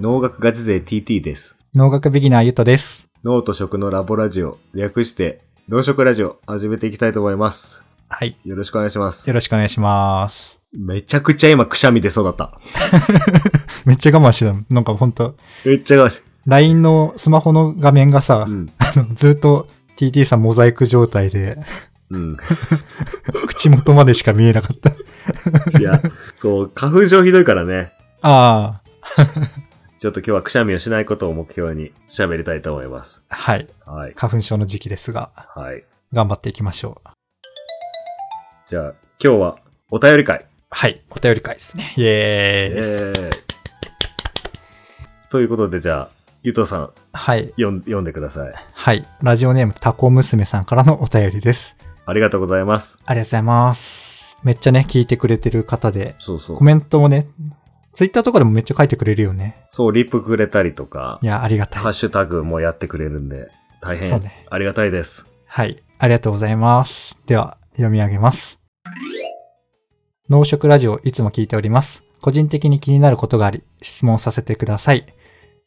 農学ガチ勢 TT です。農学ビギナーゆとです。脳と食のラボラジオ、略して、農食ラジオ、始めていきたいと思います。はい。よろしくお願いしますよ。ろしくお願いします。めちゃくちゃ今くしゃみ出そうだった。 めっちゃ我慢してたの。なんかほんと、めっちゃ我慢し LINE のスマホの画面がさう、ん。あのずっと TT さんモザイク状態で、 うん。口元までしか見えなかった。いや、そう、花粉症ひどいからね。あちょっと今日はくしゃみをしないことを目標に喋りたいと思います。あ、はい。はい。花粉症の時期ですが、はい。頑張っていきましょう。じゃあ、今日はお便り会。はい。お便り会ですね。イえエーー、イ。ということで、じゃあ、ゆとさん、はい。読ん読んでください。はい。ラジオネームタコ娘さんからのお便りです。ありがとうございます。ありがとうございます。めっちゃね、聞いてくれてる方で、そうそうコ。メントもね、ツイッターとかでもめっちゃ書いてくれるよね。そう、リップくれたりとかい、や、ありがたいハッ。シュタグもやってくれるんで、大そ変うねありがたいです。はい。ありがとうございます。では、読み上げます。農食ラジオいつも聞いております。個人的に気になることがあり、質問させてください。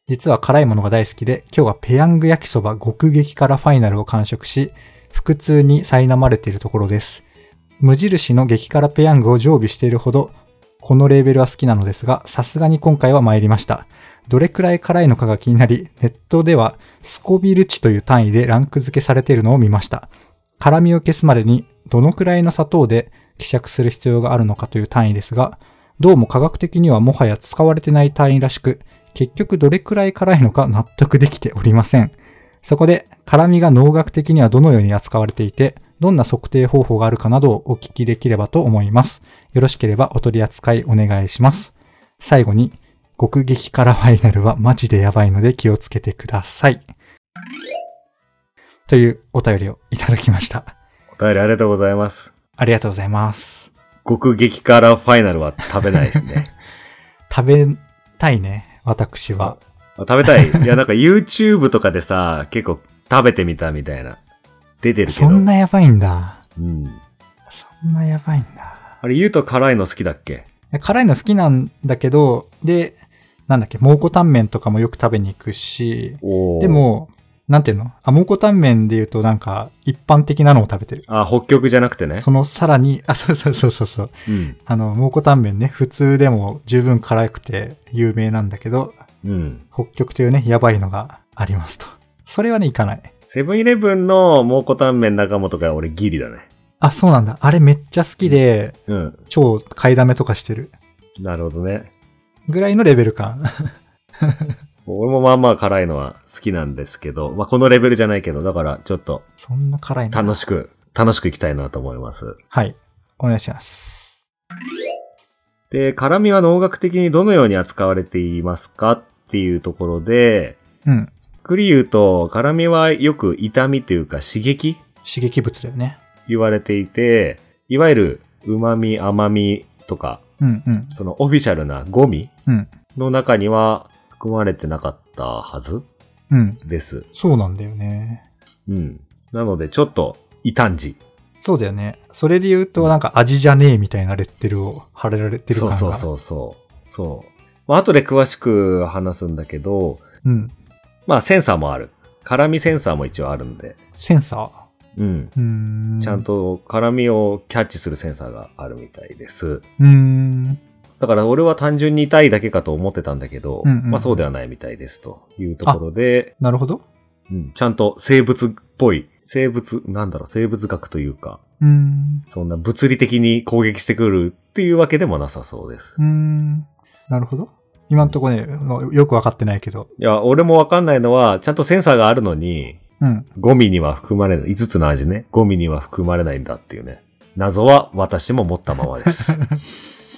実は辛いものが大好きで、今日はペヤング焼きそば極激辛ファイナルを完食し、腹痛に苛まれているところです。無印の激辛ペヤングを常備しているほど、このレーベルは好きなのですが、さすがに今回は参りました。どれくらい辛いのかが気になり、ネットではスコビル値という単位でランク付けされているのを見ました。辛みを消すまでにどのくらいの砂糖で希釈する必要があるのかという単位ですが、どうも科学的にはもはや使われてない単位らしく、結局どれくらい辛いのか納得できておりません。そこで、辛みが農学的にはどのように扱われていて、どんな測定方法があるかなどをお聞きできればと思います。よろしければお取り扱いお願いします。最後に、極激辛ファイナルはマジでやばいので気をつけてください。というお便りをいただきま した。お便りありがとうございます。ありがとうございます。極激辛ファイナルは食べないですね。 食べたいね、私は。あ食べたい。いや、なんか YouTube とかでさ、結構食べてみたみたいな。出てるけど。そんなやばいんだ。うん。そんなやばいんだ。あれ、ゆうと辛いの好きだっけ辛いの好きなんだけど、で、なんだっけ、蒙古タンメンとかもよく食べに行くし、おーで。も、なんていうのあ、蒙古タンメンで言うとなんか一般的なのを食べてる。あ、北極じゃなくてね。そのさらに、あ、そうそうそうそうそう。うん。あの、蒙古タンメンね、普通でも十分辛くて有名なんだけど、うん。北極というね、やばいのがありますと。それはね、いかない。セブンイレブンの蒙古タンメン仲間とか俺ギリだね。あ、そうなんだ。あれめっちゃ好きで、うん。超買いだめとかしてる。なるほどね。ぐらいのレベル感。 俺もまあまあ辛いのは好きなんですけど、まあこのレベルじゃないけど、だからちょっとそんな辛いな。楽しく、楽しくいきたいなと思います。はい。お願いします。で、辛味は農学的にどのように扱われていますかっていうところで、うん。クリ言うと、辛味はよく痛みというか刺激刺激物だよね。言われていて、いわゆる旨味、甘味とか、うんうん。そのオフィシャルなゴミうん。の中には含まれてなかったはずうん。です。そうなんだよね。うん。なので、ちょっと異端児。そうだよね。それで言うと、なんか味じゃねえみたいなレッテルを貼られてるそ感うが。そうう。そうそう。そう。まあ、後で詳しく話すんだけど、うん。まあ、センサーもある。辛味センサーも一応あるんで。センサー。うん。うーん。ちゃん。と辛味をキャッチするセンサーがあるみたいです。うーん。だから俺は単純に痛いだけかと思ってたんだけど、うんうんうんまあそうではないみたいですというところで、なるほど。うんちゃんと生物っぽい、生物、なんだろう、生物学というか、うーん。そんな物理的に攻撃してくるっていうわけでもなさそうです。うーん。なるほど。今んとこね、まあよくわかってないけど。いや、俺もわかんないのは、ちゃんとセンサーがあるのに、うん。ゴミには含まれない、5つの味ね、ゴミには含まれないんだっていうね、謎は私も持ったまま です。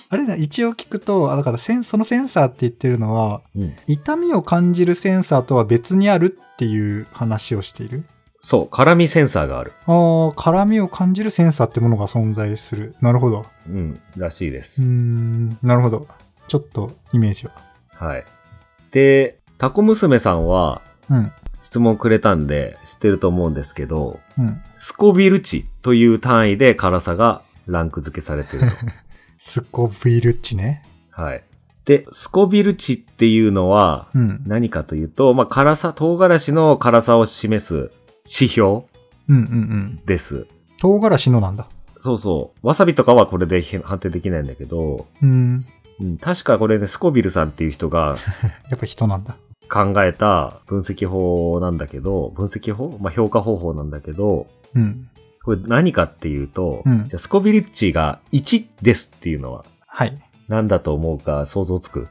あれだ、一応聞くと、あだからセン、そのセンサーって言ってるのは、うん痛みを感じるセンサーとは別にあるっていう話をしている。そう、辛味センサーがある。ああ、辛みを感じるセンサーってものが存在する。なるほど。うん、らしいでうーす。ん、なるほど。ちょっとイメージは。はい。で、タコ娘さんはうん、質問くれたんで知ってると思うんですけど、うん。スコビル値という単位 で辛さがランク付けされてると。スコヴィル値ね。はい。で、スコビル値っていうのはうん。何かというと、まあ、辛さ、唐辛子の辛さを示す指標うんうんうん。です。唐辛子のなんだ。そうそう。わさびとかはこれでへ判定できないんだけど、うん。うん、確かこれね、スコビルさんっていう人 がやっぱ人なんだ。考えた分析法なんだけど、分析法まあ、評価方法なんだけど、うん。これ何かっていうと、うんじゃあスコビル値が1ですっていうのははい。何だと思うか想像つく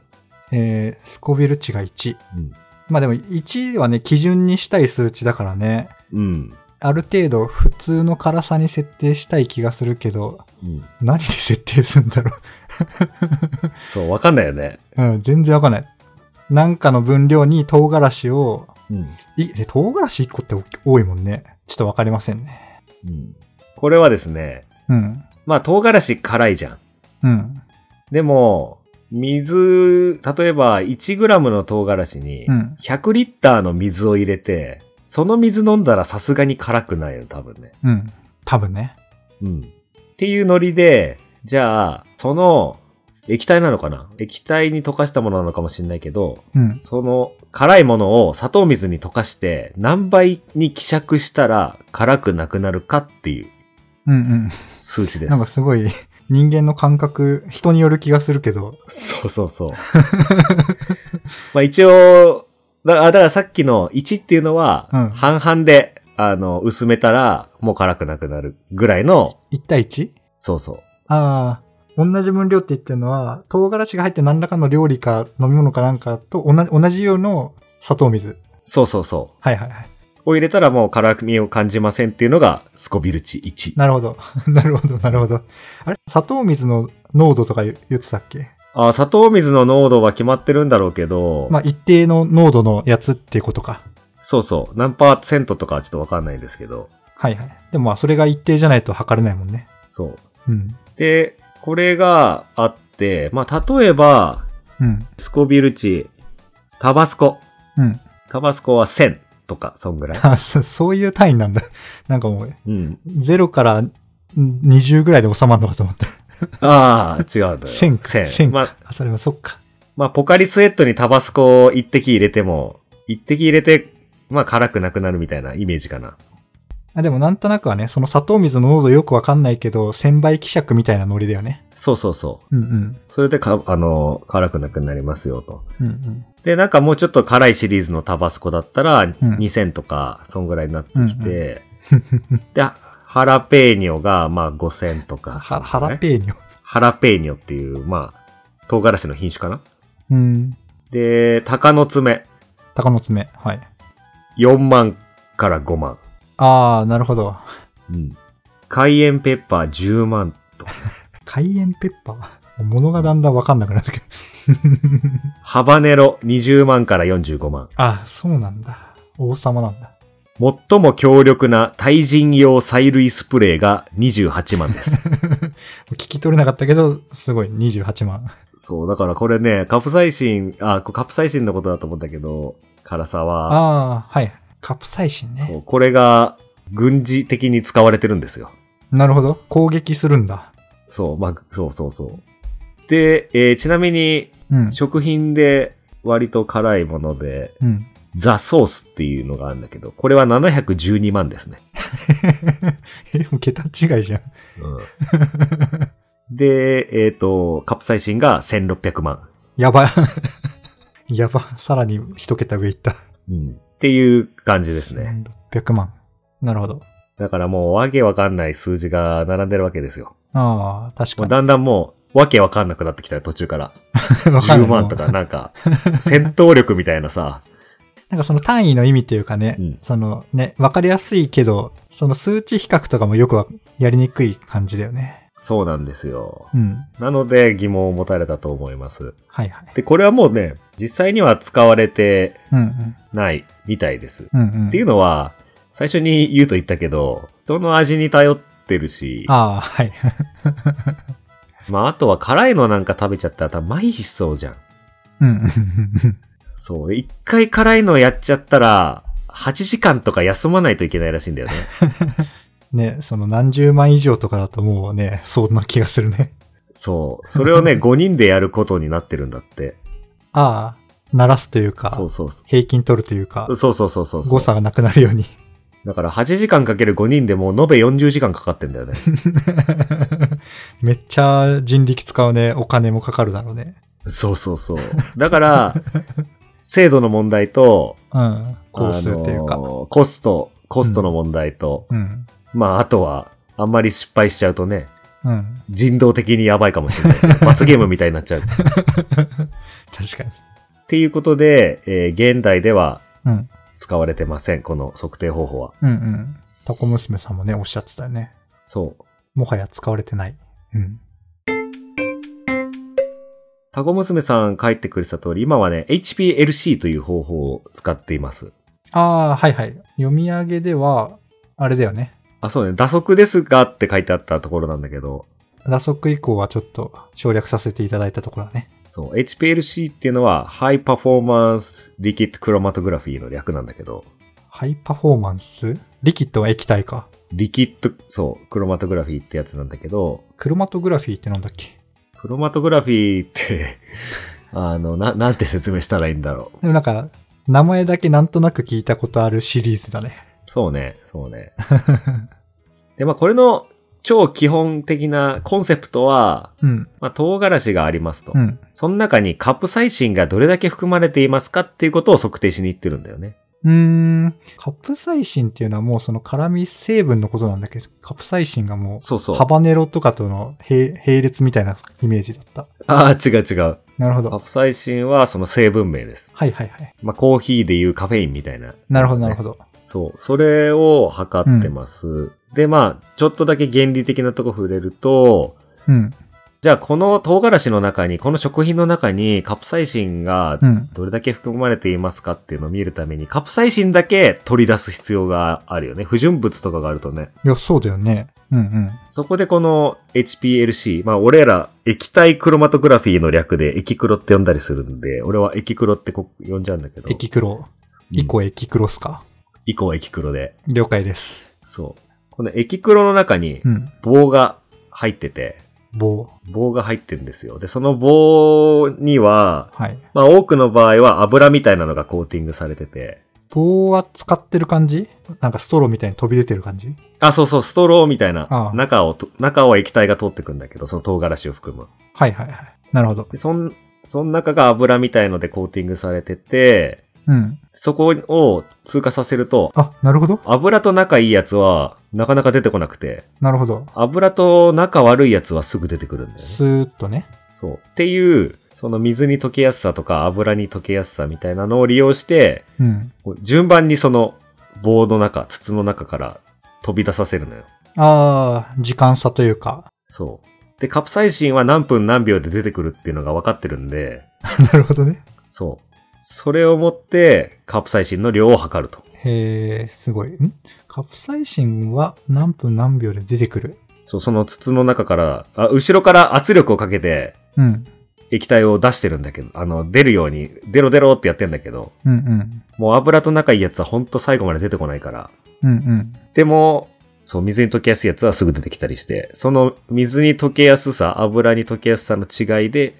えー、スコビル値が1。うん。まあでも1はね、基準にしたい数値だからね、うん。ある程度普通の辛さに設定したい気がするけど、うん。何で設定するんだろそう、わかんないよね。う。 うん、全然わかんない。なんかの分量に唐辛子を、うん。い、え唐辛子1個って多いもんね。ちょっとわかりませんね。うん。これはですね、うん。まあ、唐辛子辛いじゃん。うん。でも、水、例えば 1g の唐辛子にうん。 100リッターの水を入れて、その水飲んだらさすがに辛くないよ、多分ね。うん。多分ね。うん。っていうノリで、じゃあ、その、液体なのかな液体に溶かしたものなのかもしれないけど、うん。その辛いものを砂糖水に溶かして何倍に希釈したら辛くなくなるかっていううん数値うでん。なんかす。すごい、人間の感覚、人による気がするけど。そうそうそう。 まあ一応、だあだからさっきの1っていうのはうん、半々で、あの、薄めたらもう辛くなくなるぐらいの、 1対 1? そうそう。ああ、同じ分量って言ってるのは、唐辛子が入って何らかの料理か飲み物かなんかと同じ同じ量の砂糖水。そうそうそはいはいはい。う。を入れたらもう辛みを感じませんっていうのがスコビル値1。なるほど。 なるほど、なるほど。あれ砂糖水の濃度とか言言ってたっけあ砂糖水の濃度は決まってるんだろうけど、まあ、一定の濃度のやつっていうことか。そうそう。何パーセントとかはちょっとわかんないんですけど。はいはい。でもまあ、それが一定じゃないと測れないもんね。そう。うん。で、これがあって、まあ、例えば、うん。スコビル値、タバスコ。うん。 タバスコは1000とか、そんぐらい。あそそういう単位なんだ。 なんかも う、うん。 0からん20ぐらいで収まるのかと思った。ああ、違うんだよ。 1000か。1000まあか。、あ、それはそっか。まあ、ポカリスエットにタバスコを1滴入れても、1滴入れて、まあ、辛くなくなるみたいなイメージかな。あでもなんとなくはね、その砂糖水の濃度よくわかんないけど、1000倍希釈みたいなノリだよね。そうそうそう。うんうん。それでか、あの、辛くなくなりますよと。うんうん。で、なんかもうちょっと辛いシリーズのタバスコだったら、ん2000とか、そんぐらいになってき て、で、ハラペーニョが、まあ、5000とか。は、ハラペーニョ。ハラペーニョっていう、まあ、唐辛子の品種かな。うん。で、鷹の爪、鷹の爪。はい。 4万から5万。あー、なるほど。うん。海塩ペッパー10万と。海塩ペッパー。もう物がだんだんわかんなくなってくる。ハバネロ20万から45万。あー、そうなんだ。王様なんだ。最も強力な対人用催涙スプレーが28万です。聞き取れなかったけど、すごい、28万。 そう、だからこれね、カプサイシン、あ、こカプサイシンのことだと思ったけど、辛さは、あー、はい。カプサイシンそね。う、これが軍事的に使われてるんですよ。なるほど。攻撃するんだ。そう、まあ、そうそうそう。で、えーちなみに、うん。食品で割と辛いもので、うん。 ザソースっていうのがあるんだけど、これは712万ですね。え、もう桁違いじゃん。 うん、で、えっ、と、カプサイシンが1600万。やば。 やば。さらに一桁上いった。うん。っていう感じですね。 600万。なるほど。だからもうわけわかんない数字が並んでるわけですよ。ああ、確もかうに。だんだんもう、わけわかんなくなってきたよ、途中から。 わかんな10いもう万とか、なん か、戦闘力みたいなさ。なんかその単位の意味というかね、うんそのね、わかりやすいけど、その数値比較とかもよくわやりにくい感じだよね。そうなんですよ。うん。なので、疑問を持たれたと思います。はいはい。で、これはもうね、実際には使われてうんうん。ないみたいです。っうんうん。ていううのは、最初に言うと言ったけど、人の味に頼ってるし、ああ、はい。 まあ、あとは辛いのなんか食べちゃったら多分麻痺しそうじゃん。うんうんうんそう。一回辛いのやっちゃったら、8時間とか休まないといけないらしいんだよね。 うん。ね、その何十万以上とかだともうね、そんな気がするね。そう。それをね、5人でやることになってるんだって。ああ、鳴らすというか、そうそうそ平均取るというかう。、そうそうそうそうそう。誤差がなくなるように。 だから8時間かける5人でもう延べ40時間かかってんだよね。 めっちゃ人力使うね。お金もかかるだろうね。そうそうそう。だから、精度の問題 と、うん。工数っていうか。あのーコスト、コストの問題と、うん。まああとは、あんまり失敗しちゃうとね、うん。人道的にやばいかもしれ ない。罰ゲームみたいになっちゃう。っ確かに。ていうことで、えー現代ではうん。使われてません。この測定方法は。うんうん。タコ娘さんもね、おっしゃってたよね。そう。もはや使われてない。うん。タコ娘さん帰ってくれてた通り、今はね、HPLC という方法を使っています。ああ、はいはい。読み上げでは、あれだよね。あ、そうね、打足ですがって書いてあったところなんだけど、打足以降はちょっと省略させていただいたところだね。そう、HPLC っていうのは、ハイパフォーマンスリキッドクロマトグラフィーの略なんだけど、ハイパフォーマンスリキッドは液体か。リキッド、そう、クロマトグラフィーってやつなんだけど、クロマトグラフィーってなんだっけクロマトグラフィーって、 あの、な、なんて説明したらいいんだろう。でもなんか、名前だけなんとなく聞いたことあるシリーズだね。そうね、そう ね。で、まあ、これの超基本的なコンセプトは、うん。まあ、唐辛子がありますと。うん。その中にカプサイシンがどれだけ含まれていますかっていうことを測定しに行ってるんだよね。うーん。カプサイシンっていうのはもうその辛味成分のことなんだけど、カプサイシンがも、そうそうう。ハバネロとかとの並並列みたいなイメージだった。ああ、違う違う。なるほどカ。プサイシンはその成分名です。はいはいはい。まあ、コーヒーでいうカフェインみたいな、なるほどなるほど。ど。そう。それを測ってます。で、まあ、ちょっとだけ原理的なとこ触れると、うん。じゃあこの唐辛子の中に、この食品の中にカプサイシンがうん。どれだけ含まれていますかっていうのを見るために、カプサイシンだけ取り出す必要があるよね。不純物とかがあるとね。いや、そうだよね。うんうん。そこでこの HPLC、まあ俺ら液体クロマトグラフィーの略で液黒って呼んだりするんで、俺は液黒ってこ呼んじゃうんだけど。液黒。以うん。降液黒っすか。以降液黒で。了解です。そう。この液黒の中にうん。棒が入ってて、棒。棒が入ってるんですよ。で、その棒には、はい。まあ多くの場合は油みたいなのがコーティングされてて、棒は使ってる感じなんかストローみたいに飛び出てる感じあ、そうそう、ストローみたいなあ、あ中をと、中を液体が通ってくんだけど、その唐辛子を含む。はいはいはい。なるほど。で、そん、その中が油みたいのでコーティングされてて、うん。そこを通過させると、あ、なるほど。油と仲いいやつはなかなか出てこなくて、なるほど。油と仲悪いやつはすぐ出てくるんだよね。スーッとね。そう。っていう、その水に溶けやすさとか油に溶けやすさみたいなのを利用して、うん。こう順番にその棒の中、筒の中から飛び出させるのよ。あー、時間差というか。 そう。で、カプサイシンは何分何秒で出てくるっていうのが分かってるんで、なるほどね。そう。それをもって、カプサイシンの量を測ると。へー、すごい。んカプサイシンは何分何秒で出てくるそう、その筒の中から、あ、後ろから圧力をかけて、うん。液体を出してるんだけど、あの、出るように、デロデロってやってんだけど、うんうん。もう油と仲いいやつはほんと最後まで出てこないから。うんうん。でも、そう、水に溶けやすいやつはすぐ出てきたりして、その水に溶けやすさ、油に溶けやすさの違いで、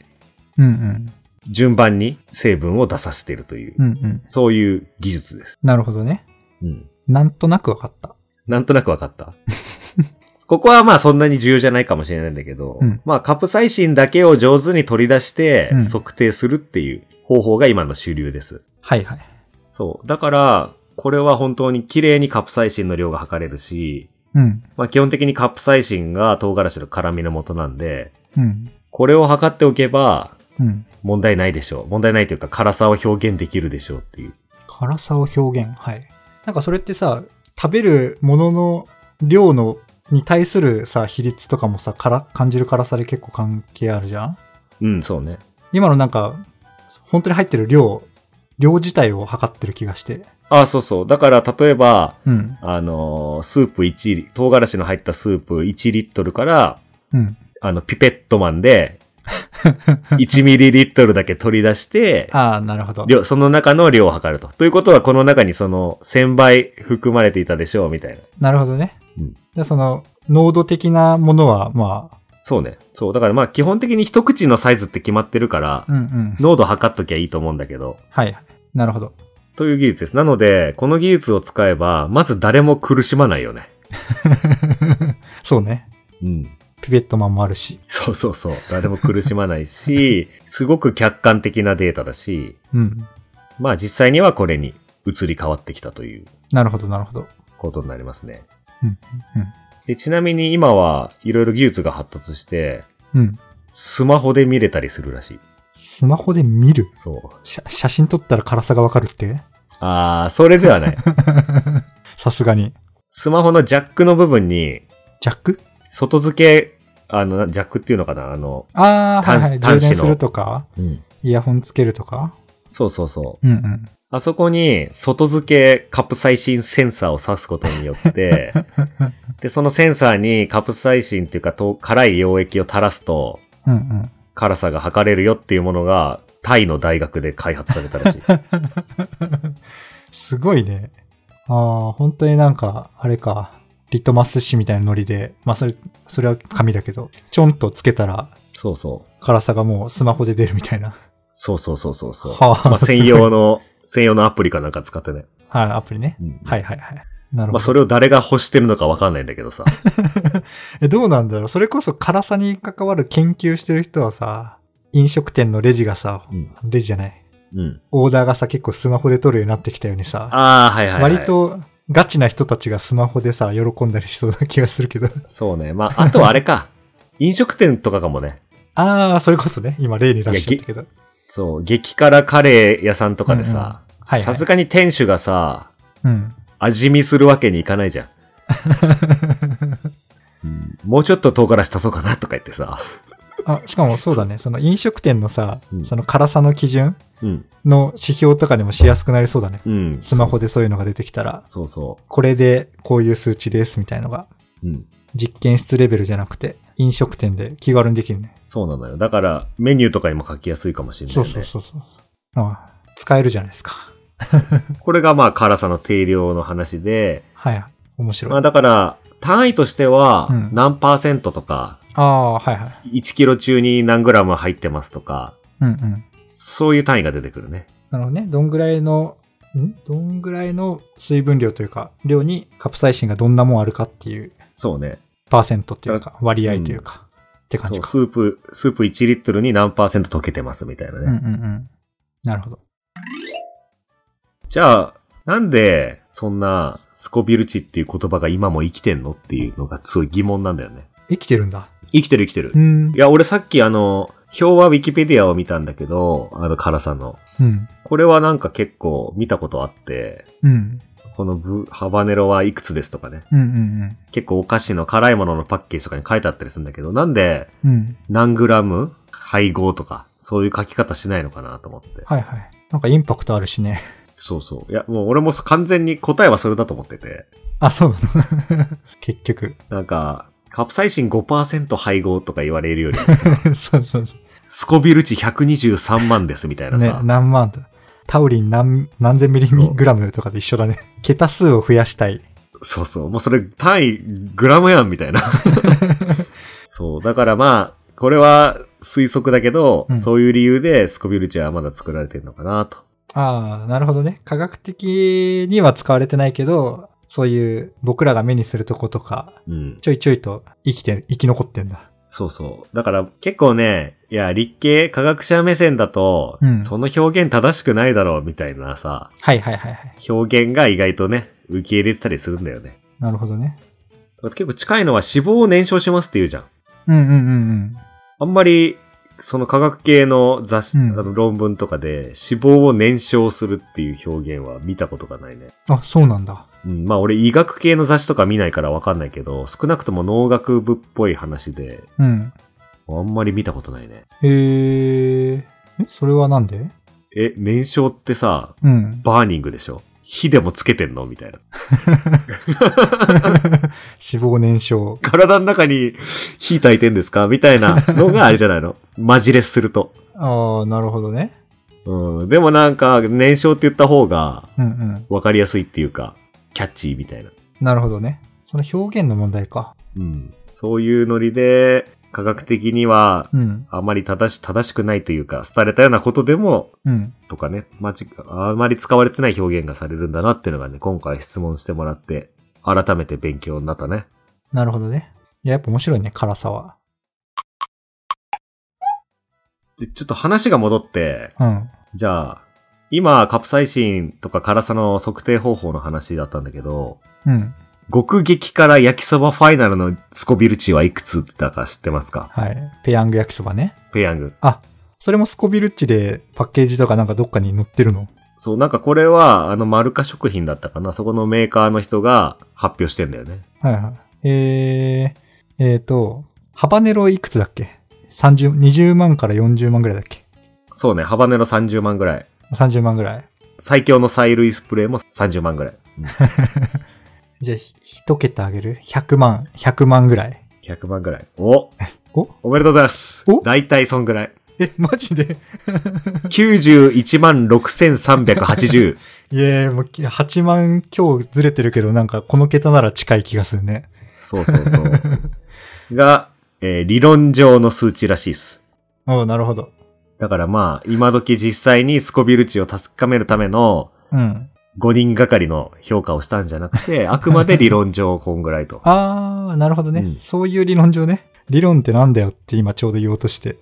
うんうん。順番に成分を出させているという、うんうん。そういう技術です。なるほどね。うん。なんとなくわかった。なんとなくわか った。ここはまあそんなに重要じゃないかもしれないんだけど、うんまあカプサイシンだけを上手に取り出してうん測定するっていう方法が今の主流です。はいはい。そう。だから、これは本当に綺麗にカプサイシンの量が測れるし、うん。まあ基本的にカプサイシンが唐辛子の辛みの元なんで、うん。これを測っておけばうん。問題ないでしょう。問題ないというか辛さを表現できるでしょうっていう。辛さを表現。はい。なんかそれってさ、食べるものの量の、に対するさ、比率とかもさ、から感じる辛さで結構関係あるじゃんうん、そうね。今のなんか、本当に入ってる量、量自体を測ってる気がして。ああ、そうそう。だから例えば、うん。あのースープ1リ、唐辛子の入ったスープ1リットルから、うん。あの、ピペットマン で、1ミリリットルだけ取り出して、ああ、なるほど。量、その中の量を測ると。ということは、この中にその、1000倍含まれていたでしょう、みたいな。なるほどね。うんでその、濃度的なものは、まあ、そうね。そう。だからまあ基本的に一口のサイズって決まってるから、うんうん。濃度測っときゃいいと思うんだけど、はい。なるほど。 という技術です。なので、この技術を使えば、まず誰も苦しまないよね。そうね。うん。ピペットマンもあるし。そうそうそう。誰も苦しまないし、 すごく客観的なデータだし、うん。まあ実際にはこれに移り変わってきたというなるほど、なるほど。ことになりますね。うんでちなみに今はいろいろ技術が発達して、うん。うん。スマホで見れたりするらしい。スマホで見るそう。写写真撮ったら辛さがわかるってあー、それでは ない。さすがに。スマホのジャックの部分に、ジャック外付け、あの、ジャックっていうのかなあの、ああ、はいはい。充端子の電するとか、イヤホンつけるとか。そうそうそう。うんうん。あそこに、外付けカプサイシンセンサーを挿すことによ って、で、そのセンサーにカプサイシンっていうか、と辛い溶液を垂らすと、うんうん。辛さが測れるよっていうものが、タイの大学で開発された らしい。すごいね。ああ、本当になんか、あれか、リトマス紙みたいなノリで、まあそれ、それは紙だけど、ちょんとつけたらそうそう。辛さがもうスマホで出るみたいな。そうそうそうそうそう。はあまあ、専用の、専用のアプリかなんか使ってね。はい、アプリね。うんはいはいはい。なまるほあ、そど。れを誰が欲してるのかわかんないんだけどさ。え、どうなんだろうそれこそ辛さに関わる研究してる人はさ、飲食店のレジがさ、うん。レジじゃない。うん。オーダーがさ、結構スマホで取るようになってきたようにさ、ああ、はいはい、はい。割。とガチな人たちがスマホでさ、喜んだりしそうな気がするけど。そうね。まあ、あとはあれ か。飲食店とかかもね。ああ、それこそね、今例に出しちゃったけど。そう、激辛カレー屋さんとかでうんうんさは、いはいさすがに店主がさ、うん。味見するわけにいかない じゃん。うんもうちょっと唐辛子足そうかなとか言ってさ。あ、しかもそうだね、その飲食店のさ、うんその辛さの基準うん。の指標とかにもしやすくなりそうだね。うん。スマホでそういうのが出てきたら、そうそこれでこういう数値ですみたいのが、う。うん。実験室レベルじゃなくて、飲食店で気軽にできるね。そうなのよ。だから、メニューとかにも書きやすいかもしれない、そね。うそうそうそう。ああ使えるじゃないですか。これがまあ辛さの定量の話で、はいはい。面白い。まあだから、単位としてはうん何パーセントとか、ああ、はいはい。 1キロ中に何グラム入ってますとか、うんうん。そういう単位が出てくるね。なるほどね。どんぐらいの、んどんぐらいの水分量というか、量にカプサイシンがどんなもんあるかっていう、そうね。パーセントというか、割合というか、って感そじう、か。スープ、スープ1リットルに何パーセント溶けてますみたいなね。うんうんうん。なるほど。じゃあ、なんで、そんな、スコビルチっていう言葉が今も生きてんのっていうのがすごい疑問なんだよね。生きてるんだ。生きてる生きてるう。んい。や、俺さっきあの、表はウィキペディアを見たんだけど、あの、辛さの。うん。これはなんか結構見たことあって、うん。このブ、ハバネロはいくつですとかね。うんうん結構お菓子の辛いもののパッケージとかに書いてあったりするんだけど、なんでうん。うん。何グラム配合とか、そういう書き方しないのかなと思って。はいはい。なんかインパクトあるしね。 そうそう。いや、もう俺も完全に答えはそれだと思ってて。あ、そうなの 結局。なんか、カプサイシン5%配合とか言われる より、そうそうそ。スコビル値123万ですみたいうなねさ。、何万と。タウリン何何千ミリグラムとかで一緒だね。 桁数を増やしたい。そうそう。もうそれ単位グラムやんみたい な。そう。だからまあ、これは推測だけど、うんそういう理由でスコビル値はまだ作られてるのかなと。ああ、なるほどね。科学的には使われてないけど、そういう僕らが目にするとことか、うん。ちょいちょいと生きて、生き残ってんだ。そうそう。だから結構ね、いや、立系科学者目線だと、うんその表現正しくないだろうみたいなさ、はいはいはいはい。表現が意外とね、受け入れてたりするんだよね。なるほどね。だから結構近いのは脂肪を燃焼しますって言うじゃん。うんうんうんあんまり、その科学系の雑誌、うんあの論文とかで、脂肪を燃焼するっていう表現は見たことがないね。うん。あ、そうなんだ。うん、まあ俺医学系の雑誌とか見ないからわかんないけど、少なくとも農学部っぽい話で、うん。あんまり見たことないね。へーえ、それはなんでえ、燃焼ってさ、うん。バーニングでしょ火でもつけてんのみたいな。脂肪燃焼。体の中に火焚いてんですかみたいなのがあれじゃないのマジレスすると。ああ、なるほどね。うん、でもなんか、燃焼って言った方が、うんうん。わかりやすいっていうか、キャッチーみたいな。なるほどね。その表現の問題か。うん。そういうノリで、科学的には、うん。あまり正し、正しくないというか、廃れたようなことでも、うん。とかね、まじ、あまり使われてない表現がされるんだなっていうのがね、今回質問してもらって、改めて勉強になったね。なるほどね。いや、やっぱ面白いね、辛さは。で、ちょっと話が戻って、うん。じゃあ、今、カプサイシンとか辛さの測定方法の話だったんだけど、うん。極激から焼きそばファイナルのスコビル値はいくつだか知ってますかはい。ペヤング焼きそばね。ペヤング。あ、それもスコビルッチでパッケージとかなんかどっかに載ってるのそう、なんかこれは、あの、マルカ食品だったかなそこのメーカーの人が発表してんだよね。はいはい。えー、えーと、ハバネロいくつだっけ ?30、20万から40万ぐらいだっけそうね、ハバネロ30万ぐらい。 ?30 万ぐらい。最強の催涙スプレーも30万ぐらい。じゃあ、ひ一桁あげる ?100 万、100万ぐらい。 100万ぐらい。お おおめでとうございますお大体そんぐらい。え、マジで91万6380。いやいやもうき8万今日ずれてるけど、なんかこの桁なら近い気がするね。そうそう そう。が、えー理論上の数値らしいです。おうなるほど。だからまあ、今時実際にスコビル値を確かめるためのうん。 5人がかりの評価をしたんじゃなく て、あくまで理論上こんぐらいと。あー、なるほどね。うんそういう理論上ね。理論ってなんだよって今ちょうど言おうとして。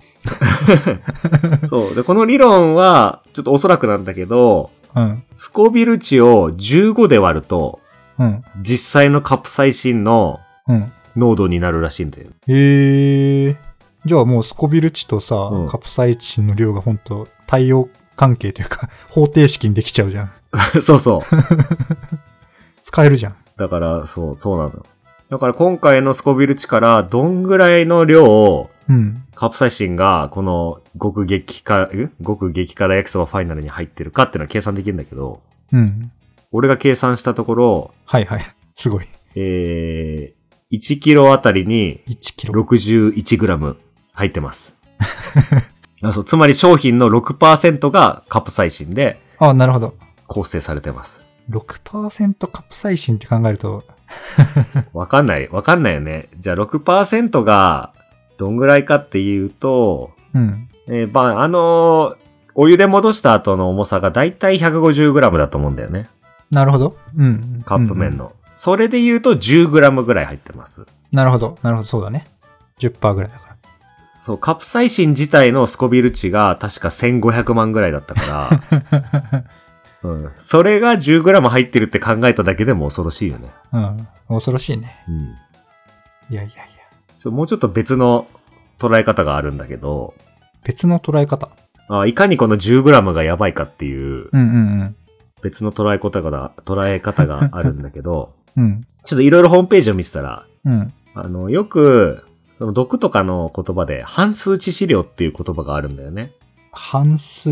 そう。で、この理論は、ちょっとおそらくなんだけど、うん。スコビル値を15で割ると、うん。実際のカプサイシンのうん。濃度になるらしいんだよ。 へえ。じゃあもうスコビル値とさ、うんカプサイチンの量が本当対応関係というか、 方程式にできちゃうじゃん。そうそう。使えるじゃん。だから、そう、そうなの。だから今回のスコビル値から、どんぐらいの量を、うん。カプサイシンが、この、極激化、え極激辛焼きそばファイナルに入ってるかっていうのは計算できるんだけど、うん。俺が計算したところ、はいはい。すごい。えー、1キロあたりに1キロ。 61グラム入ってます。あそうつまり商品の6%がカプサイシンであ、なるほど。構成されてます。 6%カプサイチンって考えると、わかんない、わかんないよね。じゃあ6%がどんぐらいかっていうと、うん。えーまあ、あのーお湯で戻した後の重さがだいたい 150g だと思うんだよね。なるほど。うん。カップ麺の。うんそれで言うと 10g ぐらい入ってます。なるほど。なるほど。そうだね。10%ぐらいだから。そう、カプサイシン自体のスコビル値が確か1500万ぐらいだった から、うん、それが 10g 入ってるって考えただけでも恐ろしいよね。うん。恐ろしいね。うんいやいやいや。ちょ。もうちょっと別の捉え方があるんだけど、別の捉え方。あいかにこの 10g がやばいかっていううんうん別の捉え方が、捉え方があるんだけ ど、うん。うん。ちょっといろいろホームページを見てたら、うん。あの、よく、その毒とかの言葉で、半数致死量っていう言葉があるんだよね。半数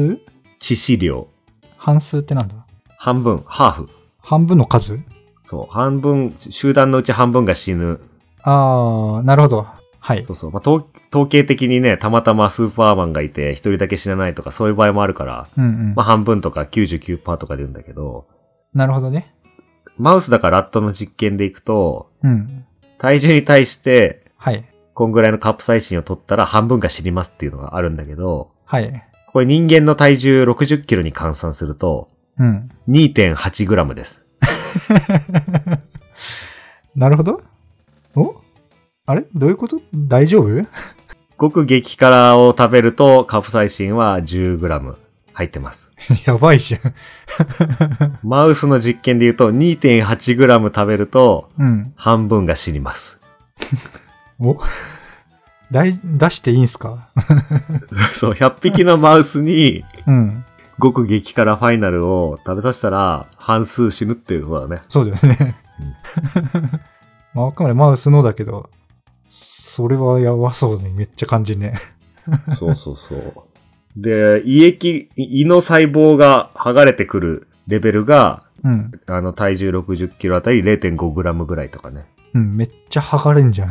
致死量。半数ってなんだ半分、ハーフ。半分の数そう、半分、集団のうち半分が死ぬ。ああ、なるほど。はいそ。うそう。まあ、統統計的にね、たまたまスーパーマンがいて、一人だけ死なないとか、そういう場合もあるから、うんうんまあ、。半分とか99%とか出るんだけど、なるほどね。マウスだからラットの実験でいくと、うん。体重に対して、はい。こんぐらいのカプサイシンを取ったら半分が死にますっていうのがあるんだけど、はい。これ人間の体重60キロに換算すると、うん。 2.8グラムです。なるほど。おあれどういうこと大丈夫 極激辛を食べると、カプサイシンは10グラム入ってます。やばいじゃん。マウスの実験で言うと 2.8g 食べるとうん。半分が死にます。 お 大出していいんすかそう、100匹のマウスにうん。極激辛ファイナルを食べさせたら半数死ぬっていうことだね。そうだよね。 まあ、あくまでマウスのだけど、それはやばそうにめっちゃ感じるね。そうそうそう。で、胃液、胃の細胞が剥がれてくるレベルが、うん。あの体重60キロあたり 0.5g ぐらいとかね。うん、めっちゃ剥がれんじゃん。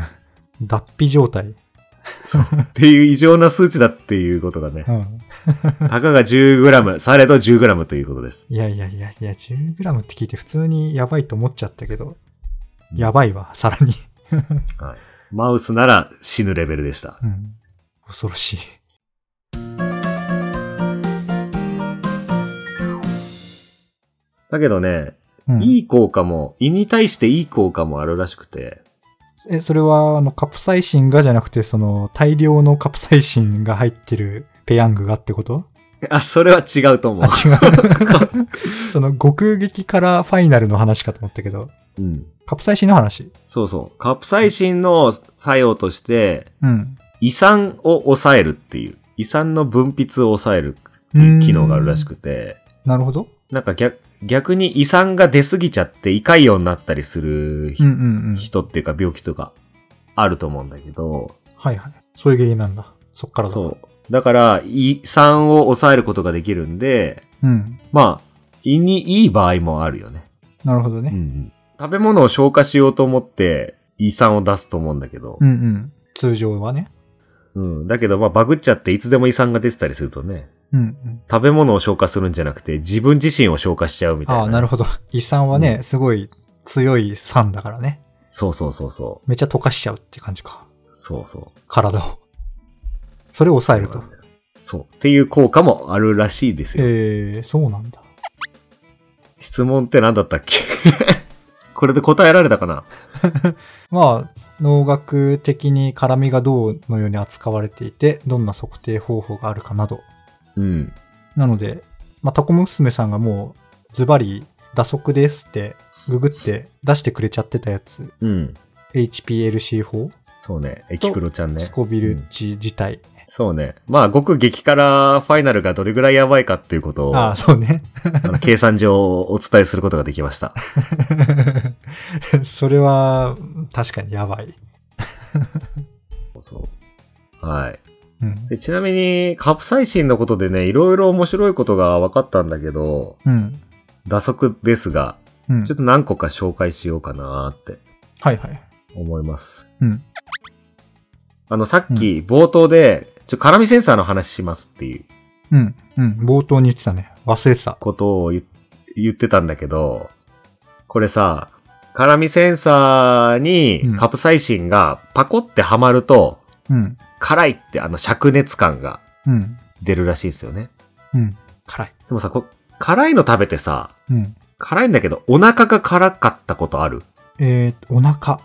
脱皮状態。っていう異常な数値だっていうことがねう。ん。たかが 10g、されど 10g ということです。いやいやいやいや、10g って聞いて普通にやばいと思っちゃったけど、やばいわ、さらに。はい。マウスなら死ぬレベルでした。うん。恐ろしい。だけどね、うん、いい効果も、胃に対していい効果もあるらしくて、え、それは、あの、カプサイシンがじゃなくて、その、大量のカプサイシンが入ってるペヤングがってことあ、それは違うと思あ、う。違う。 その、極撃からファイナルの話かと思ったけど、うん。カプサイシンの話。そうそう。カプサイシンの作用として、うん。胃酸を抑えるっていう、胃酸の分泌を抑えるっていう機能があるらしくて、なるほど。なんか逆逆に胃酸が出すぎちゃって胃潰瘍になったりするうひんうんうん。人っていうか病気とかあると思うんだけど、はいはい。そういう原因なんだ。そっからだ。そう。だから胃酸を抑えることができるんで、うん。まあ、胃にいい場合もあるよね。なるほうどんうね。ん食べ物を消化しようと思って胃酸を出すと思うんだけど、うんうん。通常はね。うん、だけど、まあ、バグっちゃっていつでも胃酸が出てたりするとね、うんうん。食べ物を消化するんじゃなくて、自分自身を消化しちゃうみたいあな。あ、なるほど。胃酸はね、すごい強い酸だからね。そうそうそうそめっちゃ溶かしちゃうって感じか。う。そうそう。体を。それを抑えると。そう。っていう効果もあるらしいですよ。ええー、そうなんだ。質問って何だったっけ これで答えられたかなまあ、農学的に辛みがどうのように扱われていて、どんな測定方法があるかなど。うん。なので、まあ、タコ娘さんがもう、ズバリ、打足ですって、ググって出してくれちゃってたやつ。うん。 HPLC 法、そうね。エキクロちゃんねス。コビル値自体。そうね。まあ、ごく激辛ファイナルがどれぐらいやばいかっていうことを、ああ、あそうね。 の計算上お伝えすることができました。それは、確かにやばい。そう。はい。うん。でちなみに、カプサイシンのことでね、いろいろ面白いことが分かったんだけど、うん。打足ですが、うん。ちょっと何個か紹介しようかなーってはいはい。思います。うん。あの、さっき冒頭で、ちょ、辛味センサーの話しますっていううん。うん。冒頭に言ってたね。忘れてた。ことを言言ってたんだけど、これさ、辛味センサーうにんカプサイシンがパコってはまると、うん。辛いってあの灼熱感がうん。出るらしいですよね。うん。辛い。でもさ、こ辛いの食べてさ、うん。辛いんだけど、お腹が辛かったことある。えーと、お腹。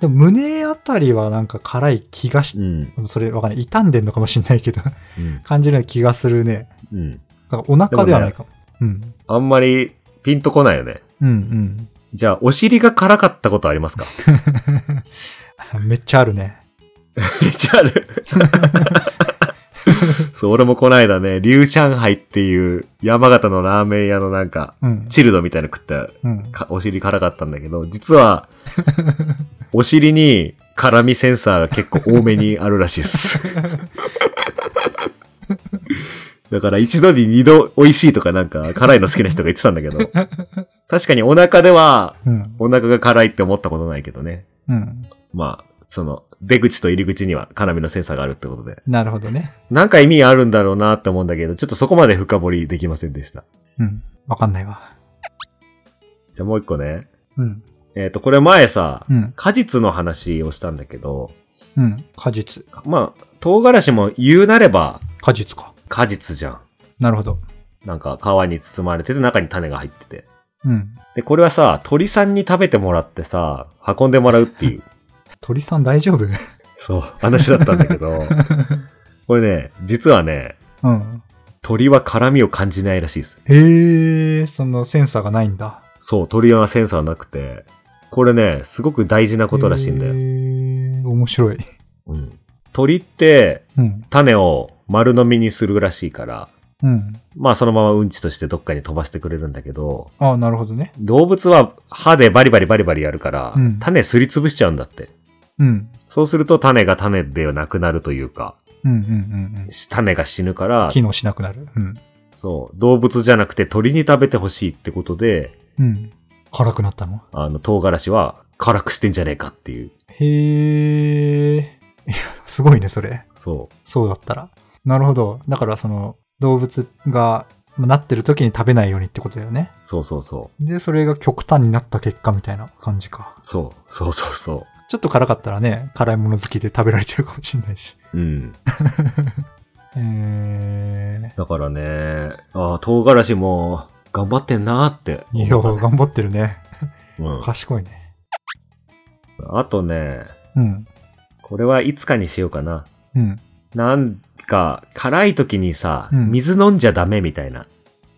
でも胸あたりはなんか辛い気がし、うん。それわかんない。傷んでんのかもしんないけど、 うん。感じるような気がするね。うん。だからお腹ではないかも。うん。あんまりピンとこないよね。うんじゃあ、お尻が辛かったことありますかうん。めっちゃあるね。めっちゃある。そう、俺もこないだね、リュウシャンハイっていう山形のラーメン屋のなんか、うん。チルドみたいなの食ったうん。かお尻辛かったんだけど、実は、お尻に辛味センサーが結構多めにあるらしいです。だから一度に二度美味しいとかなんか辛いの好きな人が言ってたんだけど、確かにお腹ではうん。お腹が辛いって思ったことないけどね。うん。まあ、その出口と入り口には辛味のセンサーがあるってことで。なるほどね。なんか意味あるんだろうなって思うんだけど、ちょっとそこまで深掘りできませんでした。うん。わかんないわ。じゃあもう一個ね。うん。えっ、と、これ前さ、うん。果実の話をしたんだけど、うん。果実。まあ、唐辛子も言うなれば果実か。果実じゃん。なるほど。なんか皮に包まれてて中に種が入ってて。うん。で、これはさ、鳥さんに食べてもらってさ、運んでもらうっていう、鳥さん大丈夫 そう、話だったんだけど、これね、実はね、うん。鳥は辛味を感じないらしいです。へえ、そのセンサーがないんだ。そう、鳥はセンサーなくて、これね、すごく大事なことらしいんだへよ。ー面白い。うん、鳥ってうん。種を丸飲みにするらしいから、うん。まあそのままうんちとしてどっかに飛ばしてくれるんだけど、ああ、なるほどね。動物は歯でバリバリバリバリやるから、うん種すりつぶしちゃうんだって。うん。そうすると種が種ではなくなるというか、うんうんうんうん。し種が死ぬから、機能しなくなる。うん。そう、動物じゃなくて鳥に食べてほしいってことで、うん。辛くなったのあの、唐辛子は辛くしてんじゃねえかっていう。へえ。いや、すごいね、それ。そそうだったら。なるほど。だからその、動物が、まなってる時に食べないようにってことだよねう、。そうそうそで、それが極端になった結果みたいな感じか。う。そう、そうそうそう。ちょっと辛かったらね、辛いもの好きで食べられちゃうかもしれないし。うん。えだからね、ああ、唐辛子も頑張ってんなーってー、いや、思ったね頑張ってるね。うん。賢いね。あとね、うん。これはいつかにしようかな。うん。なんか、辛い時にさ、うん水飲んじゃダメみたいな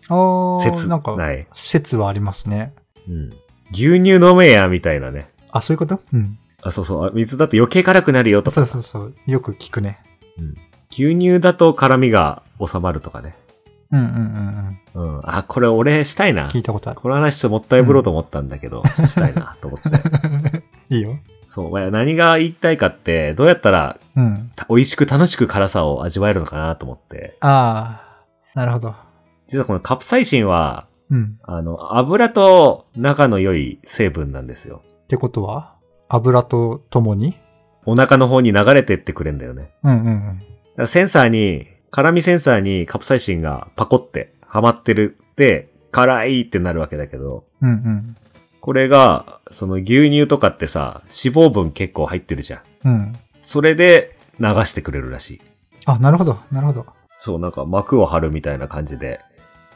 あー、説なんか、ない。説はありますね。うん。牛乳飲めや、みたいなね。あ、そういうことうん。あ、そうそう。あ水だと余計辛くなるよとそかう。そうそう。よく聞くね。牛乳だと辛みが収まるとかね。うんうんうんうん。うん。あ、これ俺したいな聞。いたことある。この話ちょっともったいぶろうと思ったんだけど、したいなと思って。 いいよ。そう。まあ何が言いたいかって、どうやったらうん。た美味しく楽しく辛さを味わえるのかなと思って。あー、なるほど。実はこのカプサイシンは、うん。あの、油と仲の良い成分なんですよ。ってことは油と共にお腹の方に流れてってくれんだよね。うんうんうん。だからセンサーに、辛味センサーにカプサイシンがパコってはまってるって、辛いってなるわけだけど、うんうん。これが、その牛乳とかってさ、脂肪分結構入ってるじゃん。うん。それで流してくれるらしい。あ、なるほど、なるほど。そう、なんか膜を張るみたいな感じで。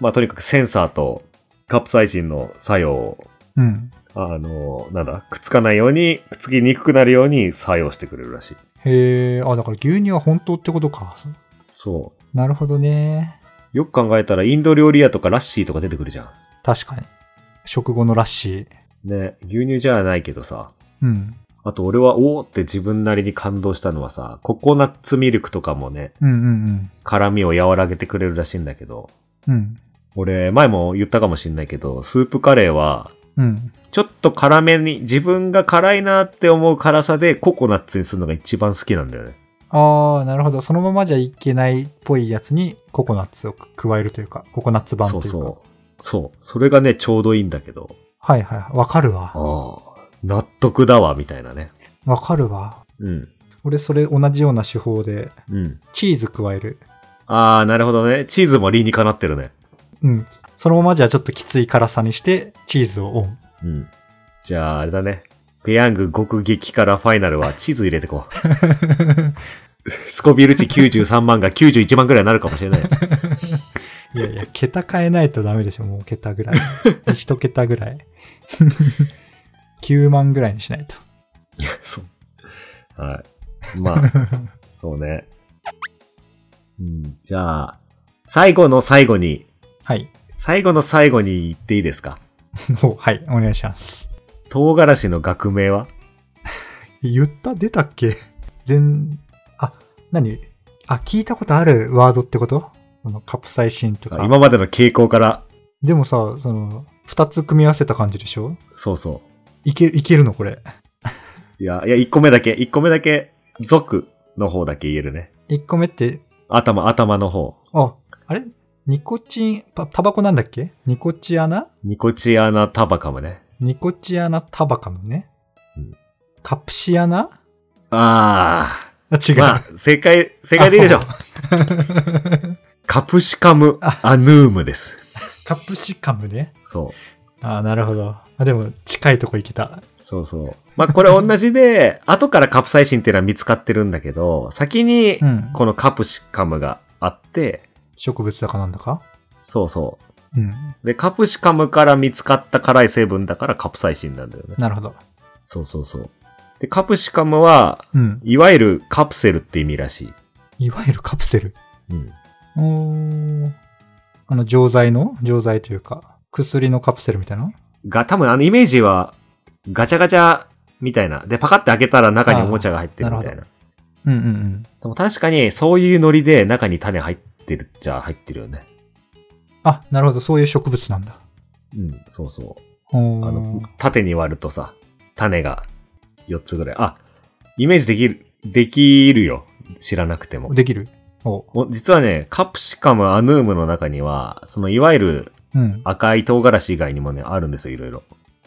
まあとにかくセンサーとカプサイシンの作用を、うん。あの、なんだ、くっつかないように、くっつきにくくなるように作用してくれるらしい。へえ、あ、だから牛乳は本当ってことか。そなるほどね。う。よく考えたらインド料理屋とかラッシーとか出てくるじゃん。確かに。食後のラッシー。ね、牛乳じゃないけどさ。うん。あと俺はおーって自分なりに感動したのはさ、ココナッツミルクとかもね、うんうん辛みを和らげてくれるらしいんだけど、うん。うん。俺前も言ったかもしんないけど、スープカレーは、うん。ちょっと辛めに、自分が辛いなって思う辛さでココナッツにするのが一番好きなんだよね。ああ、なるほど。そのままじゃいけないっぽいやつにココナッツを加えるというか、ココナッツ版とそいううか。そう。そう。それがね、ちょうどいいんだけど、はいはい。わかるわ。ああ、納得だわ、みたいなね。わかるわ。うん。俺それ同じような手法で、うん。チーズ加える。ああ、なるほどね。チーズも理にかなってるね。うん。そのままじゃちょっときつい辛さにして、チーズをオン。うん。じゃあ、あれだね。ペヤング極激辛ファイナルはチーズ入れてこう。スコビル値93万が91万くらいになるかもしれない。いやい や、桁変えないとダメでしょ、もう桁ぐら い。一桁ぐらい。9万ぐらいにしないと。 そう。はい。まあ、そうね。うん、じゃあ、最後の最後に、はい。 最後の最後に言っていいですかもう、はい、お願いします。唐辛子の学名は言った出たっけ全、あ、何あ、聞いたことあるワードってことこのカプサイシンとさかあ。今までの傾向から、でもさ、その、二つ組み合わせた感じでしょそうそいけ、いけるのこれ。う。いや、いや、1個目だけ、1個目だけ、族の方だけ言えるね。一個目って、頭、頭の方。あ、あれニコチン、タタバコなんだっけニコチアナニコチアナタバカムね。ニコチアナタバカムね。うんカプシアナああ、違あ。う。まあ、正解、正解でいいでしょう。 カプシカムアヌームです。カプシカムね。そう。あーなるほど。あ、でも、近いとこ行けた。そうそう。まあ、これ同じ で、後からカプサイシンっていうのは見つかってるんだけど、先にう、ん。このカプシカムがあって、植物だかなんだかそうそうん。う。で、カプシカムから見つかった辛い成分だからカプサイシンなんだよね。なるほど。そうそうそう。で、カプシカムは、うん。いわゆるカプセルって意味らしい。いわゆるカプセル。うん。おーあの、錠剤の錠剤というか、薬のカプセルみたいなが、多分あのイメージは、ガチャガチャみたいな。で、パカって開けたら中におもちゃが入ってるみたあーいなな。うんうんうん。でも確かに、そういうノリで中に種入ってるっちゃ入ってるよね。あ、なるほど。そういう植物なんだ。うん、そうそう。おーあの、縦に割るとさ、種が4つぐらい。あ、イメージできる、できるよ。知らなくても。できるおうお実はね、カプシカムアヌームの中には、そのいわゆるうん。赤い唐辛子以外にもね、あるんですよ、いろいろ。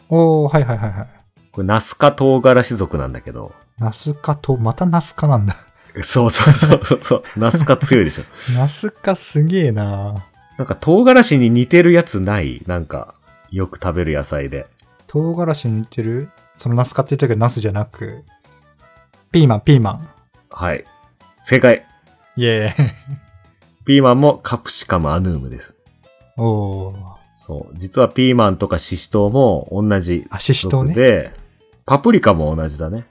おーはいはいはいはい。これナスカ唐辛子族なんだけど。ナスカと、またナス カなんだ。そうそうそうそうそう。ナスカ強いでしょ。 ナスカすげえななんか唐辛子に似てるやつないなんか、よく食べる野菜で。唐辛子に似てるそのナスカって言ったけどナスじゃなく、ピーマン、ピーマン。はい。正解。イェ ーイ。ピーマンもカプシカムアヌームです。おー。そう。実はピーマンとかシシトウも同じあ、シシトウ属ね。で、パプリカも同じだね。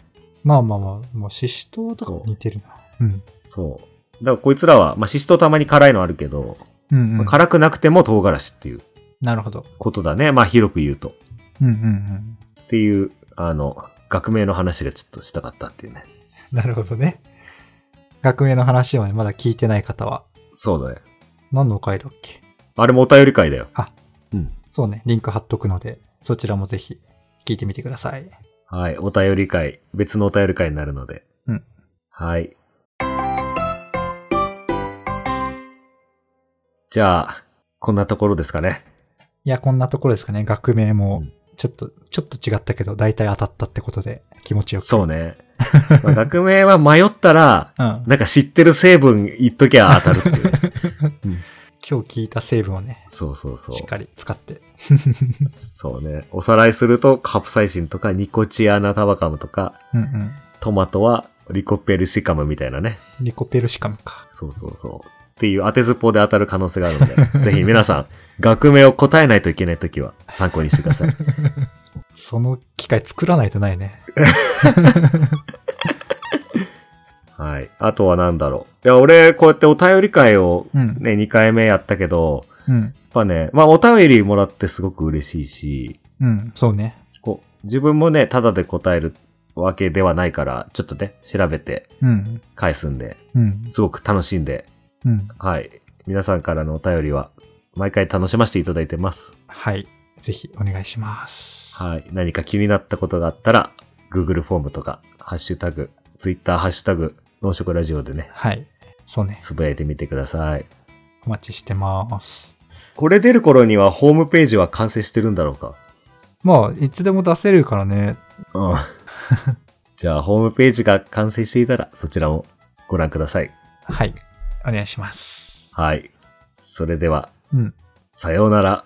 まあまあまあ、もうシシトウとかそう似てるな。うん。そう。だからこいつらは、まあ、シシトウたまに辛いのあるけど、うん、うまあん。辛くなくても唐辛子っていうなるほど。ことだね。まあ、広く言うと。うんうんうん。っていう、あの、学名の話がちょっとしたかったっていうね。なるほどね。学名の話をね、まだ聞いてない方は、そうだね。何の回だっけあれもお便り会だよ。そうね、リンク貼っとくので、そちらもぜひ聞いてみてください。はい。お便り会。別のお便り会になるので。うん。はい。じゃあ、こんなところですかね。いや、こんなところですかね。学名もうん、ちょっと、ちょっと違ったけど、大体当たったってことで、気持ちよく。そうね。 まあ学名は迷ったら、うん。なんか知ってる成分言っときゃ当たるってい うね。今日聞いた成分をね、そうそうそしっう。かり使って。そうね。おさらいすると、カプサイシンとか、ニコチアナタバカムとか、うんうん。トマトはリコペルシカムみたいなね。リコペルシカムか。そうそうそう。っていう当てずっぽうで当たる可能性があるので、ぜひ皆さん、学名を答えないといけないときは参考にしてください。その機械作らないとないね。はい。あとは何だろう。いや、俺、こうやってお便り会をうんね、2回目やったけど、うん。やっぱね、まあお便りもらってすごく嬉しいし、うん。そうね。こう、自分もね、ただで答えるわけではないから、ちょっとね、調べてうん。返すんで、うん。すごく楽しんで、うん。はい。皆さんからのお便りは、毎回楽しませていただいてます。はい。ぜひお願いします。はい。何か気になったことがあったら、Google フォームとか、ハッシュタグ、Twitter、ハッシュタグ、農食ラジオでね、はい。そうね。つぶやいてみてください。お待ちしてます。これ出る頃にはホームページは完成してるんだろうか。まあ、いつでも出せるからね。うん。 じゃあ、ホームページが完成していたら、そちらもご覧ください。はい。お願いします。はい。それでは、うん。さようなら。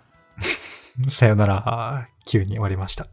さよなら。急に終わりました。